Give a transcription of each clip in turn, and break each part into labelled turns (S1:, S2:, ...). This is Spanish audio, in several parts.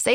S1: Say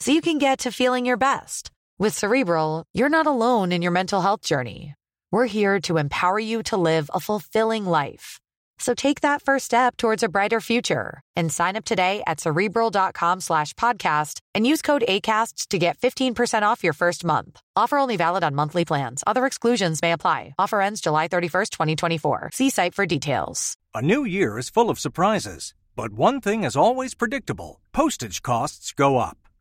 S1: so you can get to feeling your best. With Cerebral, you're not alone in your mental health journey. We're here to empower you to live a fulfilling life. So take that first step towards a brighter future and sign up today at cerebral.com slash podcast and use code ACAST to get 15% off your first month. Offer only valid on monthly plans. Other exclusions may apply. Offer ends July 31st, 2024. See site for details.
S2: A new year is full of surprises, but one thing is always predictable postage costs go up.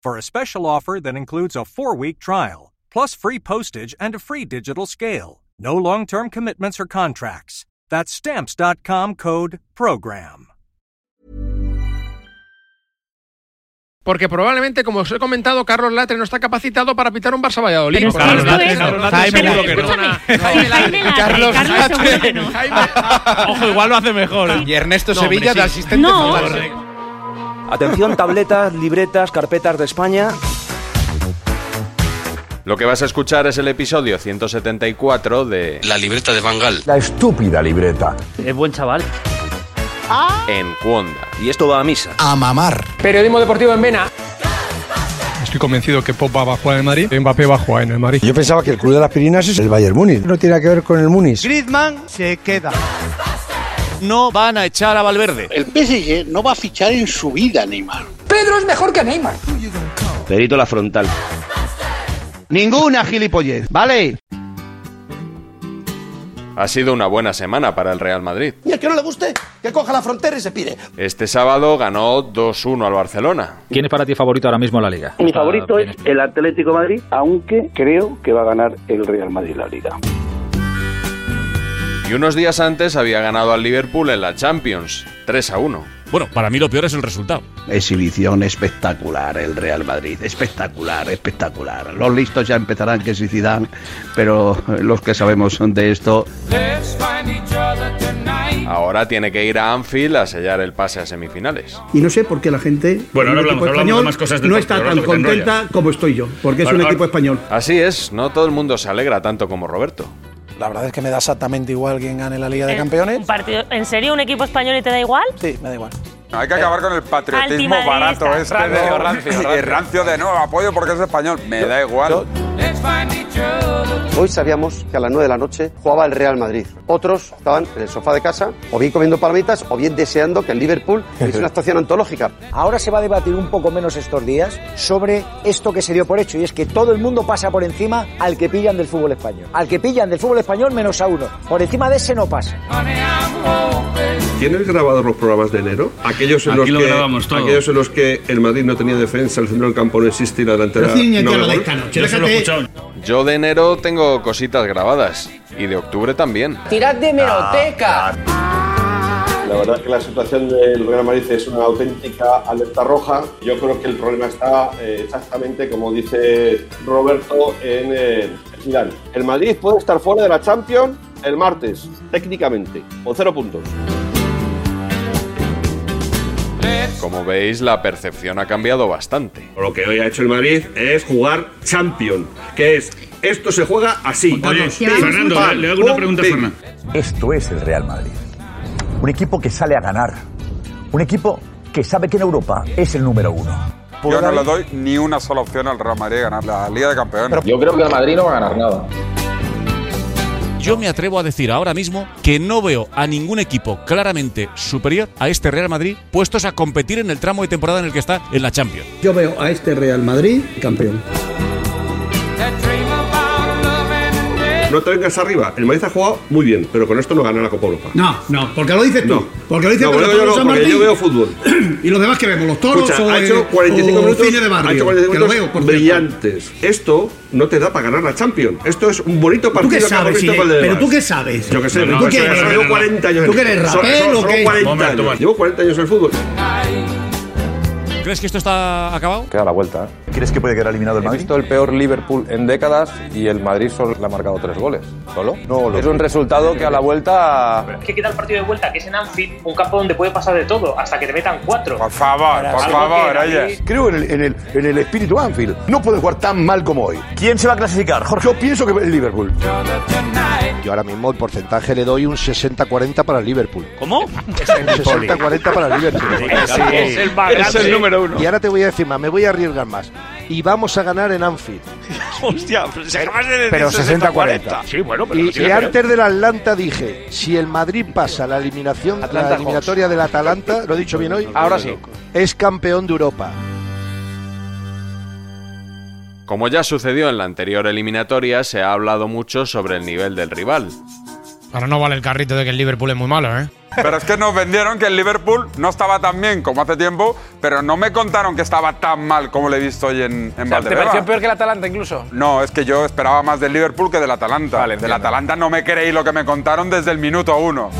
S2: for a special offer that includes a four week trial, plus free postage and a free digital scale. No long term commitments or contracts. That's stamps.com code program.
S3: Porque probablemente, como os he comentado, Carlos Latre no está capacitado para pitar un Barça Valladolid.
S4: Pero Carlos
S3: Porque-
S4: Latre, Carlos Latre
S3: Jaime
S4: seguro
S3: Latre,
S4: que no.
S3: perdona.
S5: Jaime Latre, Carlos Latre.
S4: Latre.
S5: seguro
S3: Jaime-
S4: Ojo, igual lo hace mejor. ¿eh?
S6: Y Ernesto
S3: No, hombre,
S6: Sevilla de
S3: sí.
S6: asistente
S5: No.
S6: Fernández.
S7: Atención, tabletas, libretas, carpetas de España.
S8: Lo que vas a escuchar es el episodio 174 de
S9: La libreta de Bangal.
S10: La estúpida libreta.
S9: Es buen chaval.
S8: En Cuonda.
S7: Y esto va a misa.
S10: A mamar.
S3: Periodismo deportivo en Vena.
S11: Estoy convencido que Pop va a jugar en el Madrid, Mbappé va a jugar en el Madrid.
S10: Yo pensaba que el club de las Pirinas es el Bayern Múnich. No tiene nada que ver con el Múnich.
S4: Griezmann se queda. No van a echar a Valverde.
S9: El PSG Eh, no va a fichar en su vida, Neymar.
S7: Perito la frontal.
S4: Ninguna gilipollez, ¿vale?
S8: Ha sido una buena semana para el Real Madrid.
S7: Y al que no le guste, que coja la frontera y se pide.
S8: Este sábado ganó 2-1 al Barcelona.
S9: ¿Quién es para ti favorito ahora mismo en la liga?
S7: Mi favorito es el Atlético Madrid, aunque creo que va a ganar el Real Madrid la liga.
S8: Y unos días antes había ganado al Liverpool en la Champions, 3-1.
S4: Bueno, para mí lo peor es el resultado.
S9: Exhibición espectacular el Real Madrid. Espectacular, espectacular. Los listos ya empezarán que suicidan, pero los que sabemos de esto.
S8: Ahora tiene que ir a Anfield a sellar el pase a semifinales.
S7: Y no sé por qué la gente
S4: Bueno, ahora hablamos,
S7: del
S4: hablamos
S7: equipo
S4: de
S7: español
S4: más cosas del
S7: no
S4: partido,
S7: está tan
S4: Roberto, que te
S7: contenta como estoy yo, porque es
S4: Ahora-
S7: un
S4: ahora-
S7: equipo español.
S8: Así es, no todo el mundo se alegra tanto como Roberto.
S6: La verdad es que me da exactamente igual quién gane la Liga de Campeones.
S5: partido, ¿En serio un equipo español y te da igual?
S6: Sí, me da igual.
S9: Hay que acabar con el patriotismo
S5: Antimadridista.
S9: barato este de rancio, rancio. de nuevo apoyo porque es español. Me da igual.
S7: Hoy sabíamos que a las 9 de la noche jugaba el Real Madrid. Otros estaban en el sofá de casa, o bien comiendo palomitas, o bien deseando que el Liverpool hiciera una actuación antológica.
S6: Ahora se va a debatir un poco menos estos días sobre esto que se dio por hecho y es que todo el mundo pasa por encima al que pillan del fútbol español. Al que pillan del fútbol español menos a uno. Por encima de ese no pasa.
S11: ¿Tienes grabados los programas de enero? Aquellos en los
S4: lo
S11: que
S4: grabamos todo.
S11: aquellos en los que el Madrid no tenía defensa, el centro del campo no existe y la delantera no ve gol.
S4: Yo se lo he escuchado.
S8: Yo de enero tengo cositas grabadas y de octubre también.
S6: ¡Tirad de meroteca!
S11: La verdad es que la situación del Real Madrid es una auténtica alerta roja. Yo creo que el problema está eh, exactamente como dice Roberto en eh, Zidane. El Madrid puede estar fuera de la Champions el martes, técnicamente, con cero puntos.
S8: Como veis, la percepción ha cambiado bastante.
S11: Lo que hoy ha hecho el Madrid es jugar Champions, que es esto se juega así.
S12: ¿eh?
S4: Fernando, le hago una pregunta a Fernando.
S10: Esto es el Real Madrid. Un equipo que sale a ganar. Un equipo que
S13: que sabe que en Europa es el número uno.
S14: Yo no le doy ni una sola opción al Real Madrid a ganar la Liga de Campeones.
S15: Yo creo que el Madrid no va a ganar nada.
S4: Yo me atrevo a decir ahora mismo que no veo a ningún equipo claramente superior a este Real Madrid puestos a competir en el tramo de temporada en el que está en la Champions.
S16: Yo veo a este Real Madrid campeón.
S11: No te vengas arriba. El Madrid ha jugado muy bien, pero con esto no gana la Copa Europa.
S16: No, no, porque lo dices tú.
S11: No.
S16: Porque lo dices
S11: No,
S16: tú.
S11: bueno, yo no, porque yo veo fútbol.
S16: Y los demás que vemos, los toros
S11: Escucha,
S16: o,
S11: ha
S16: eh,
S11: hecho 45
S16: o
S11: minutos,
S16: cine de barrio.
S11: ha hecho 45
S16: que lo
S11: minutos
S16: veo, por cierto.
S11: brillantes. Esto no te da para ganar la Champions. Esto es un bonito
S16: ¿Tú
S11: partido
S16: qué
S11: que hemos
S16: sabes?
S11: visto
S16: Sire?
S11: con el de
S16: ¿Pero tú
S11: Barça.
S16: qué sabes?
S11: Yo qué sé,
S16: ¿Pero
S11: no,
S16: ¿Tú
S11: eso
S16: qué
S11: ya
S16: eres?
S11: llevo 40 años en
S16: ¿Tú qué eres,
S11: el fútbol.
S16: rapero
S11: Solo-
S16: o
S11: solo
S16: qué?
S11: 40 años. Llevo 40 años en el fútbol.
S4: ¿Crees que esto está acabado?
S15: Queda la vuelta. ¿eh? ¿Crees que puede quedar eliminado el Madrid? He visto el peor Liverpool en décadas y el Madrid solo le ha marcado tres goles. ¿Solo? No, es un resultado que a la vuelta...
S17: Es que queda el partido de vuelta, que es en Anfield, un campo donde puede pasar de todo, hasta que te metan cuatro. Por
S14: favor,
S17: por favor, oye.
S13: Creo en el, en, el, en el espíritu Anfield. No puede jugar tan mal como hoy. ¿Quién se va a clasificar, Jorge? Yo pienso que el Liverpool.
S18: Yo ahora mismo el porcentaje le doy un 60-40 para el Liverpool.
S19: ¿Cómo?
S18: Un 60-40 para el Liverpool.
S19: Es el- es el más
S18: Es
S19: grande.
S18: número uno. Y ahora te voy a decir más, me voy a arriesgar más. Y vamos a ganar en Anfield.
S19: Hostia, pues acabas de decir
S18: Pero 60-40.
S19: Sí, bueno, pero
S18: Y,
S19: sí,
S18: y
S19: pero-
S18: antes del Atlanta dije, si el Madrid pasa la eliminación,
S19: Atlanta
S18: la eliminatoria del Atalanta, lo he dicho bien hoy, ahora sí, es campeón de Europa.
S8: Como ya sucedió en la anterior eliminatoria, se ha hablado mucho sobre el nivel del rival.
S20: Ahora no vale el carrito de que el Liverpool es muy malo, ¿eh?
S14: Pero es que nos vendieron que el Liverpool no estaba tan bien como hace tiempo, pero no me contaron que estaba tan mal como lo he visto hoy en, en
S12: ¿Te pareció
S14: Valdebebas.
S12: peor que el Atalanta incluso?
S14: No, es que yo esperaba más del Liverpool que del Atalanta. del Atalanta no me creí lo que me contaron desde el minuto uno.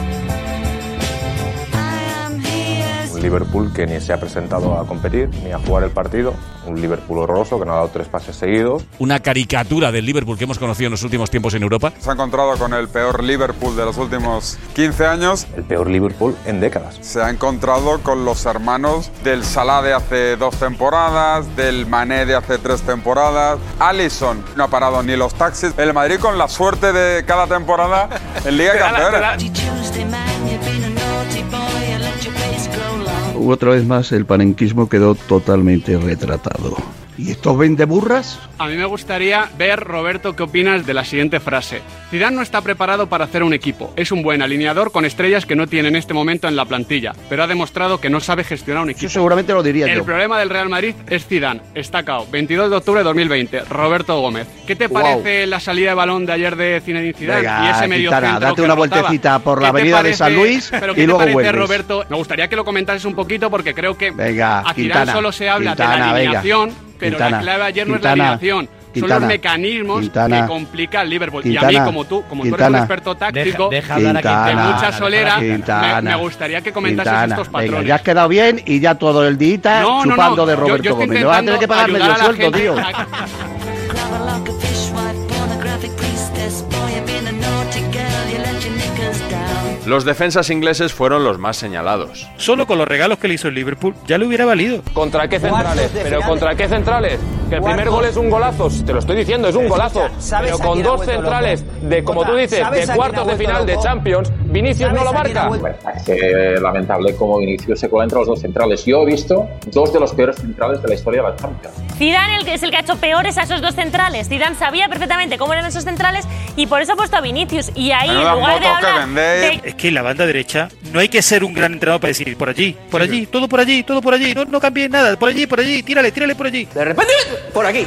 S15: Un Liverpool que ni se ha presentado a competir ni a jugar el partido. Un Liverpool horroroso que no ha dado tres pases seguidos.
S4: Una caricatura del Liverpool que hemos conocido en los últimos tiempos en Europa.
S14: Se ha encontrado con el peor Liverpool de los últimos 15 años. El peor Liverpool en décadas. Se ha encontrado con los hermanos del Salah de hace dos temporadas, del Mané de hace tres temporadas. Allison no ha parado ni los taxis. El Madrid con la suerte de cada temporada en Liga de Campeones.
S9: Otra vez más, el panenquismo quedó totalmente retratado. ¿Y estos vendeburras?
S21: A mí me gustaría ver, Roberto, qué opinas de la siguiente frase. Zidane no está preparado para hacer un equipo. Es un buen alineador con estrellas que no tiene en este momento en la plantilla, pero ha demostrado que no sabe gestionar un equipo.
S18: Yo seguramente lo diría
S21: El
S18: yo.
S21: problema del Real Madrid es Zidane. Está cao. 22 de octubre de 2020. Roberto Gómez. ¿Qué te
S18: Wow.
S21: parece la salida de balón de ayer de Zinedine Zidane
S18: Venga,
S21: y ese medio
S18: Quintana,
S21: centro
S18: date
S21: que
S18: una
S21: rotaba?
S18: vueltecita por la
S21: ¿Qué te
S18: avenida de San Luis
S21: pero
S18: y
S21: qué te
S18: luego
S21: parece,
S18: vuelves.
S21: Roberto? Me gustaría que lo comentases un poquito porque creo que
S18: Venga,
S21: a Zidane
S18: Quintana,
S21: solo se habla de
S18: Quintana,
S21: la
S18: venga.
S21: alineación, pero
S18: Quintana,
S21: la clave ayer no es la
S18: Quintana,
S21: alineación. Son
S18: Quintana,
S21: los mecanismos
S18: Quintana,
S21: que complica el Liverpool. y a mí,
S18: Quintana,
S21: como tú, como tú eres un
S18: Quintana.
S21: experto táctico,
S18: Deja- deja hablar a Quintana,
S21: de mucha
S18: Quintana,
S21: solera, me,
S18: Quintana,
S21: me gustaría que comentases
S18: Quintana,
S21: estos
S18: venga,
S21: patrones.
S18: ya has quedado bien y ya todo el día
S21: No, no,
S18: chupando
S21: no,
S18: de
S21: yo-
S18: Roberto
S21: yo estoy
S18: Gómez. Me vas a tener que
S21: intentando
S18: pagar medio
S21: ayudar a la
S18: sueldo,
S21: gente
S18: tío.
S21: a-
S8: Los defensas ingleses fueron los más señalados.
S22: Solo con los regalos que le hizo el Liverpool ya le hubiera valido.
S15: ¿Contra qué centrales? ¿Pero contra qué centrales? Que el primer
S22: Cuartos.
S15: gol es un golazo. Te lo estoy diciendo, es un
S22: Escucha,
S15: golazo.
S22: ¿sabes
S15: Pero
S22: a
S15: con
S22: quién ha
S15: dos
S22: vuelto
S15: centrales
S22: loco?
S15: de, Eh, como tú
S22: Jota,
S15: dices,
S22: ¿sabes
S15: de
S22: a quién ha
S15: cuartos de
S22: vuelto
S15: final de
S22: loco?
S15: Champions, Vinicius no lo
S22: ¿Sabes a quién ha
S15: marca.
S22: vuelto-
S15: Es lamentable como Vinicius se cuela entre los dos centrales. Yo he visto dos de los peores centrales de la historia de la Champions.
S5: Zidane el que- es el que ha hecho peores a esos dos centrales. Zidane sabía perfectamente cómo eran esos centrales y por eso ha puesto a Vinicius. Y ahí, en lugar de hablar de
S22: Es que la banda derecha no hay que ser un gran entrenador para decir por allí, por allí, todo por allí, todo por allí, no, no cambies nada, por allí, por allí, tírale, tírale por allí. De repente, por aquí.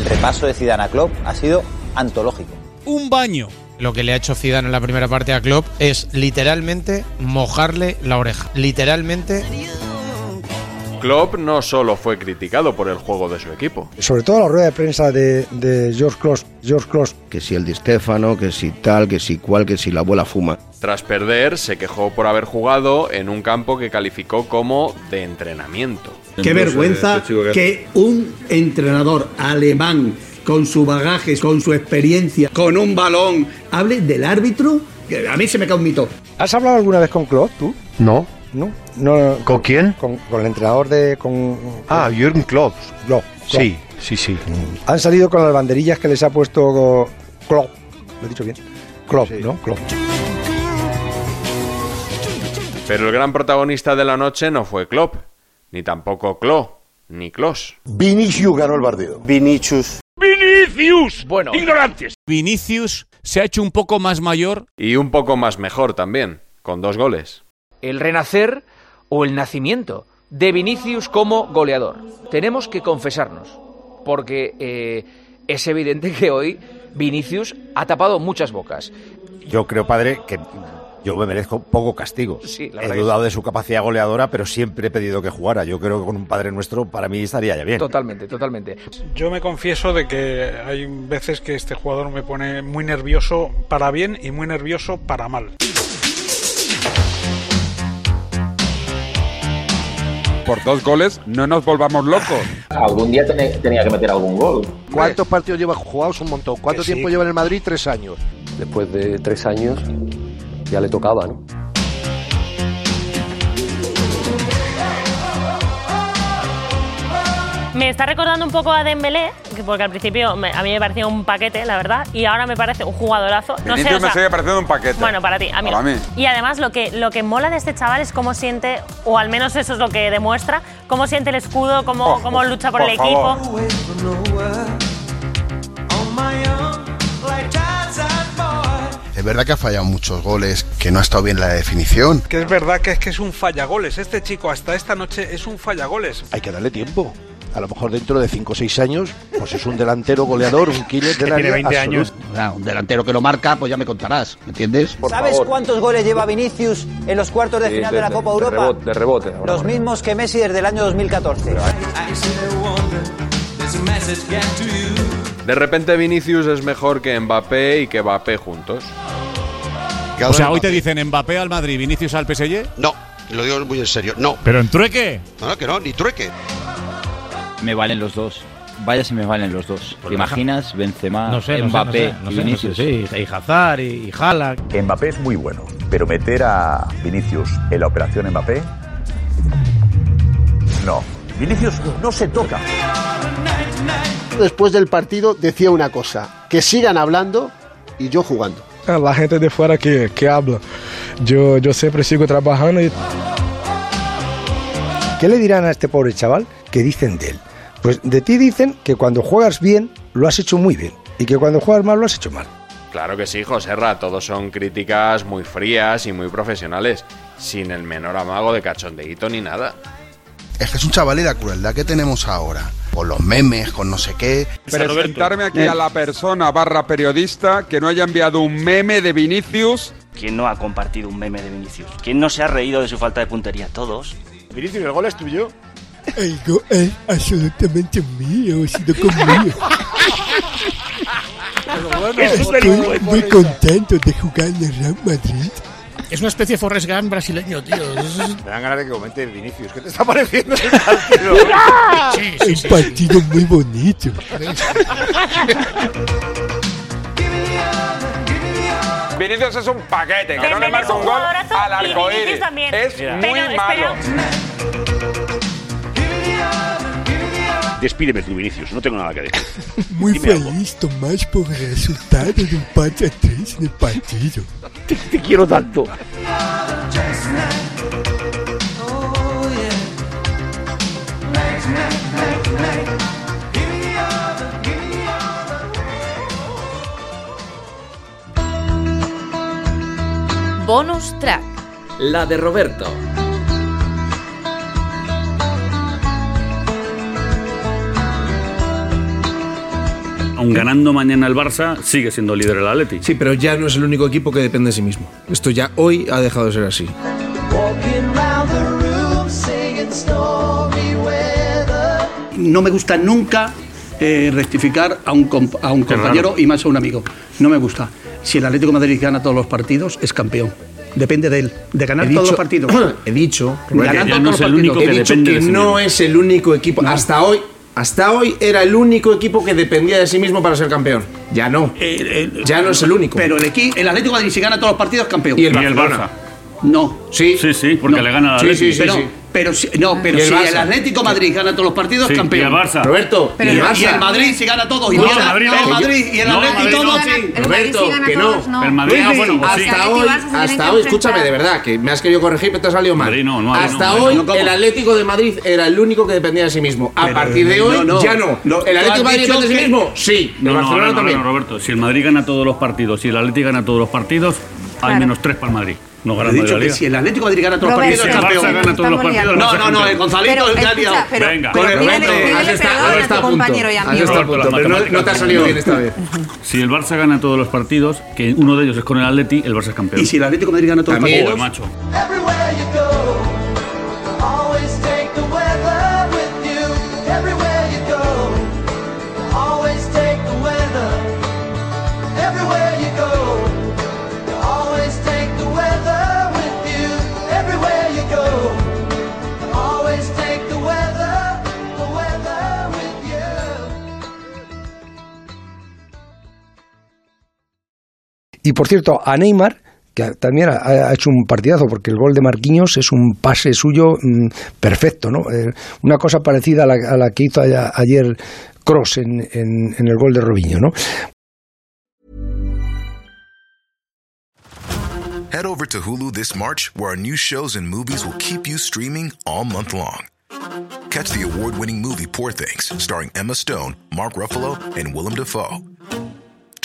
S23: El repaso de Zidane a Klopp ha sido antológico.
S20: Un baño. Lo que le ha hecho Zidane en la primera parte a Klopp es literalmente mojarle la oreja. Literalmente.
S8: Klopp no solo fue criticado por el juego de su equipo.
S10: Sobre todo la rueda de prensa de, de George Klopp. George Klopp.
S24: Que si el Di Stéfano, que si tal, que si cual, que si la abuela fuma.
S8: Tras perder, se quejó por haber jugado en un campo que calificó como de entrenamiento.
S16: Qué vergüenza que Eh, un entrenador alemán con su bagaje, con su experiencia, con un balón, hable del árbitro. que A mí se me cae un mito.
S10: ¿Has hablado alguna vez con Klopp, tú?
S24: No.
S10: No. no
S24: ¿Con quién?
S10: Con, con el entrenador de... Con,
S24: Ah, Jürgen Klopp.
S10: Klopp.
S24: Sí, sí, sí.
S10: Han salido con las banderillas que les ha puesto Klopp. Lo he dicho bien. Klopp, ¿no? Klopp.
S8: Pero el gran protagonista de la noche no fue Klopp, ni tampoco Klo, ni Klos.
S25: Vinicius ganó el partido. Vinicius.
S26: Vinicius. Bueno. Ignorantes. Vinicius se ha hecho un poco más mayor.
S8: Y un poco más mejor también, con dos goles.
S27: el renacer o el nacimiento de Vinicius como goleador. Tenemos que confesarnos, porque eh, es evidente que hoy Vinicius ha tapado muchas bocas.
S28: Yo creo, padre, que yo me merezco poco castigo.
S27: Sí, la
S28: He
S27: verdad que
S28: dudado
S27: sí.
S28: de su capacidad goleadora, pero siempre he pedido que jugara. Yo creo que con un padre nuestro, para mí estaría ya bien.
S27: Totalmente, totalmente.
S11: Yo me confieso de que hay veces que este jugador me pone muy nervioso para bien y muy nervioso para mal.
S14: Por dos goles no nos volvamos locos.
S29: Algún día tenía que meter algún gol.
S18: ¿Cuántos partidos lleva jugados? Un montón. ¿Cuánto
S29: Que sí.
S18: tiempo lleva en el Madrid? Tres años.
S30: Después de tres años ya le tocaba, ¿no?
S5: Me está recordando un poco a Dembélé, que- porque al principio me- a mí me parecía un paquete, la verdad, y ahora me parece un jugadorazo. No sé, o
S14: Vinicius me
S5: sea,
S14: sigue pareciendo un paquete.
S5: bueno, para ti, a mí.
S14: Para
S5: no.
S14: mí.
S5: Y además lo que, lo que mola de este chaval es cómo siente, Eh, o al menos eso es lo que demuestra, cómo siente el escudo, cómo,
S14: Oh,
S5: cómo lucha por,
S14: por
S5: el
S14: favor.
S5: equipo.
S31: Es verdad que ha fallado muchos goles, que no ha estado bien la definición.
S11: Que es verdad que es que es un fallagoles. Este chico hasta esta noche es un fallagoles.
S18: Hay que darle tiempo. A lo mejor dentro de 5 o 6 años, pues es un delantero goleador, un killer de la
S32: Ah, un delantero que lo marca, pues ya me contarás, ¿me entiendes?
S33: ¿Sabes cuántos goles lleva Vinicius en los cuartos de
S32: Sí,
S33: final
S32: de-
S33: de la
S32: de-
S33: Copa
S32: de
S33: Europa?
S32: rebote, de rebote, ahora
S33: Los
S32: por ahí.
S33: mismos que Messi desde el año 2014.
S8: De repente Vinicius es mejor que Mbappé y que Mbappé juntos.
S26: O sea, hoy te dicen Mbappé al Madrid, Vinicius al PSG.
S31: No, lo digo muy en serio, no.
S26: Pero en trueque.
S31: No, no, Ah, que no, ni trueque.
S4: Me valen los dos. Vaya si me valen los dos. ¿Te imaginas? Benzema,
S34: Pues No sé, no sé,
S4: Ah, Mbappé,
S34: no sé, no sé, no
S4: Vinicius.
S34: sé,
S4: sí, y Hazard, y, Jala.
S34: Mbappé es muy bueno, pero meter a Vinicius en la operación Mbappé, no. Vinicius no se toca.
S35: Después del partido decía una cosa, que sigan hablando y yo jugando.
S36: A la gente de fuera que, que habla. Yo, yo siempre sigo trabajando y
S10: ¿Qué le dirán a este pobre chaval que dicen de él? Pues de ti dicen que cuando juegas bien lo has hecho muy bien y que cuando juegas mal lo has hecho mal.
S8: Claro que sí, Joserra, todos son críticas muy frías y muy profesionales, sin el menor amago de cachondeíto ni nada.
S31: Es que es un chaval y la crueldad que tenemos ahora. Con los memes, con no sé qué.
S14: Presentarme aquí a la persona barra periodista que no haya enviado un meme de Vinicius.
S37: ¿Quién no ha compartido un meme de Vinicius? ¿Quién no se ha reído de su falta de puntería? Todos.
S4: Vinicius, el gol es tuyo.
S34: El gol es absolutamente mío, ha sido conmigo. Es un Estoy delincuente. muy contento de jugar en el Real Madrid.
S4: Es una especie de Forrest Gump brasileño, tío.
S34: Me
S4: dan ganas de que comente Vinicius. ¿Qué te
S34: está pareciendo
S4: el
S34: partido?
S4: ¡Ah! Sí, sí, sí.
S34: Un partido muy bonito.
S14: Vinicius es un paquete, que
S5: Dembélé
S14: no le
S5: es
S14: marca
S5: un
S14: un gol
S5: jugadorazo
S14: al
S5: y
S14: arcoíris.
S5: Vinicius también.
S14: Es
S5: Pero,
S14: muy
S5: espera,
S14: malo.
S4: Despídeme tú, Vinicius. No tengo nada que decir.
S34: Muy feliz, Tomás, por el resultado de un empate a tres en el partido. Te, quiero tanto.
S35: Bonus track.
S37: La de Roberto.
S36: Aun ganando mañana el Barça, sigue siendo líder el Atleti.
S7: Sí, pero ya no es el único equipo que depende de sí mismo. Esto ya hoy ha dejado de ser así.
S38: No me gusta nunca eh, rectificar a un, comp- a un
S36: Qué
S38: compañero
S36: raro.
S38: y más a un amigo. No me gusta. Si el Atlético de Madrid gana todos los partidos, es campeón. Depende de él, de ganar
S7: He
S38: todos
S7: dicho-
S38: los partidos.
S7: He dicho
S38: Rubén, que ya no es el único que
S7: He dicho
S38: depende
S7: que
S38: de sí
S7: no
S38: mismo.
S7: es el único equipo. Hasta hoy, hasta hoy era el único equipo que dependía de sí mismo para ser campeón. Ya no.
S36: Eh,
S7: ya no es el único.
S38: Pero el, equi- el Atlético de Madrid si gana todos los partidos, campeón.
S7: Y el Y el Barcelona.
S36: Barça.
S38: No.
S7: Sí,
S36: sí, sí, porque le gana el
S38: Sí,
S36: Atleti.
S38: sí, sí, pero,
S7: Pero si, no, pero
S4: Ah. Y el
S7: si
S4: Barça.
S7: el Atlético de Madrid gana todos los partidos,
S4: Sí,
S7: campeón.
S4: y el Barça. Roberto, y
S7: pero
S4: el
S7: el, y
S4: Barça.
S7: el Madrid si gana todos. Y
S4: No,
S7: gana-
S4: Madrid no.
S7: pero el Madrid y el
S4: No,
S7: Atlético
S4: Madrid no.
S7: todos.
S4: Sí,
S7: sí. Ah,
S4: el Madrid Roberto, sí gana que no. todos, no. El Madrid Luis, no, bueno, pues sí. hasta Atlético y hoy, Barça se tienen que hasta hoy, escúchame, enfrentar. de verdad, que me has querido corregir, pero te ha salido mal.
S36: no, Madrid
S4: hasta
S36: no,
S4: hoy,
S36: Madrid no, ¿cómo?
S4: el Atlético de Madrid era el único que dependía de sí mismo. A
S36: Pero,
S4: partir de
S36: no,
S4: hoy,
S36: no.
S4: ya no. ¿El
S36: No, tú has
S4: Atlético de Madrid
S36: dicho
S4: depende de sí
S36: que-
S4: mismo? Sí. ¿El
S36: No, no,
S4: Barcelona
S36: no, no,
S4: también?
S36: no, Roberto, si el Madrid gana todos los partidos, si el Atlético gana todos los partidos, hay
S7: Claro.
S36: menos tres para el Madrid. No
S7: Pero
S36: gana
S7: he
S36: el Madrid
S7: dicho
S36: la
S7: que
S36: liga.
S7: si el Atlético de Madrid gana todos los
S36: Roberto,
S7: partidos, es
S36: si el Barça
S7: campeón.
S36: gana todos los partidos, el
S7: No, no,
S36: Barça
S7: no,
S36: campeón.
S7: el Gonzalito
S39: Pero,
S7: el
S4: eh,
S39: escucha,
S7: Galia.
S39: pero-
S36: Venga.
S39: pero pídele-
S36: Roberto,
S39: pídele
S36: has
S39: perdón
S4: has
S36: estado-
S39: a tu
S4: estado a punto.
S39: compañero y
S4: Has
S39: amigo.
S4: estado a punto, pero no- no te ha salido bien esta vez.
S36: Si el Barça gana todos los partidos, que uno de ellos es con el Atleti, el Barça es campeón.
S7: Y si el Atlético de Madrid gana todos los
S36: También.
S7: partidos.
S36: Joder, macho.
S38: Everywhere you go, always take the weather with you. Everywhere you go, always take the weather. Everywhere you go, you always take the weather with you. Everywhere you go, you always take the weather, the weather with you.
S10: Y por cierto, a Neymar, que también ha, ha hecho un partidazo, porque el gol de Marquinhos es un pase suyo mm, perfecto, ¿no? Eh, una cosa parecida a la, a la que hizo a- ayer Cross en, en- en el gol de Robinho, ¿no?
S13: Head over to Hulu this March, where our new shows and movies will keep you streaming all month long. Catch the award winning movie Poor Things, starring Emma Stone, Mark Ruffalo, and Willem Dafoe.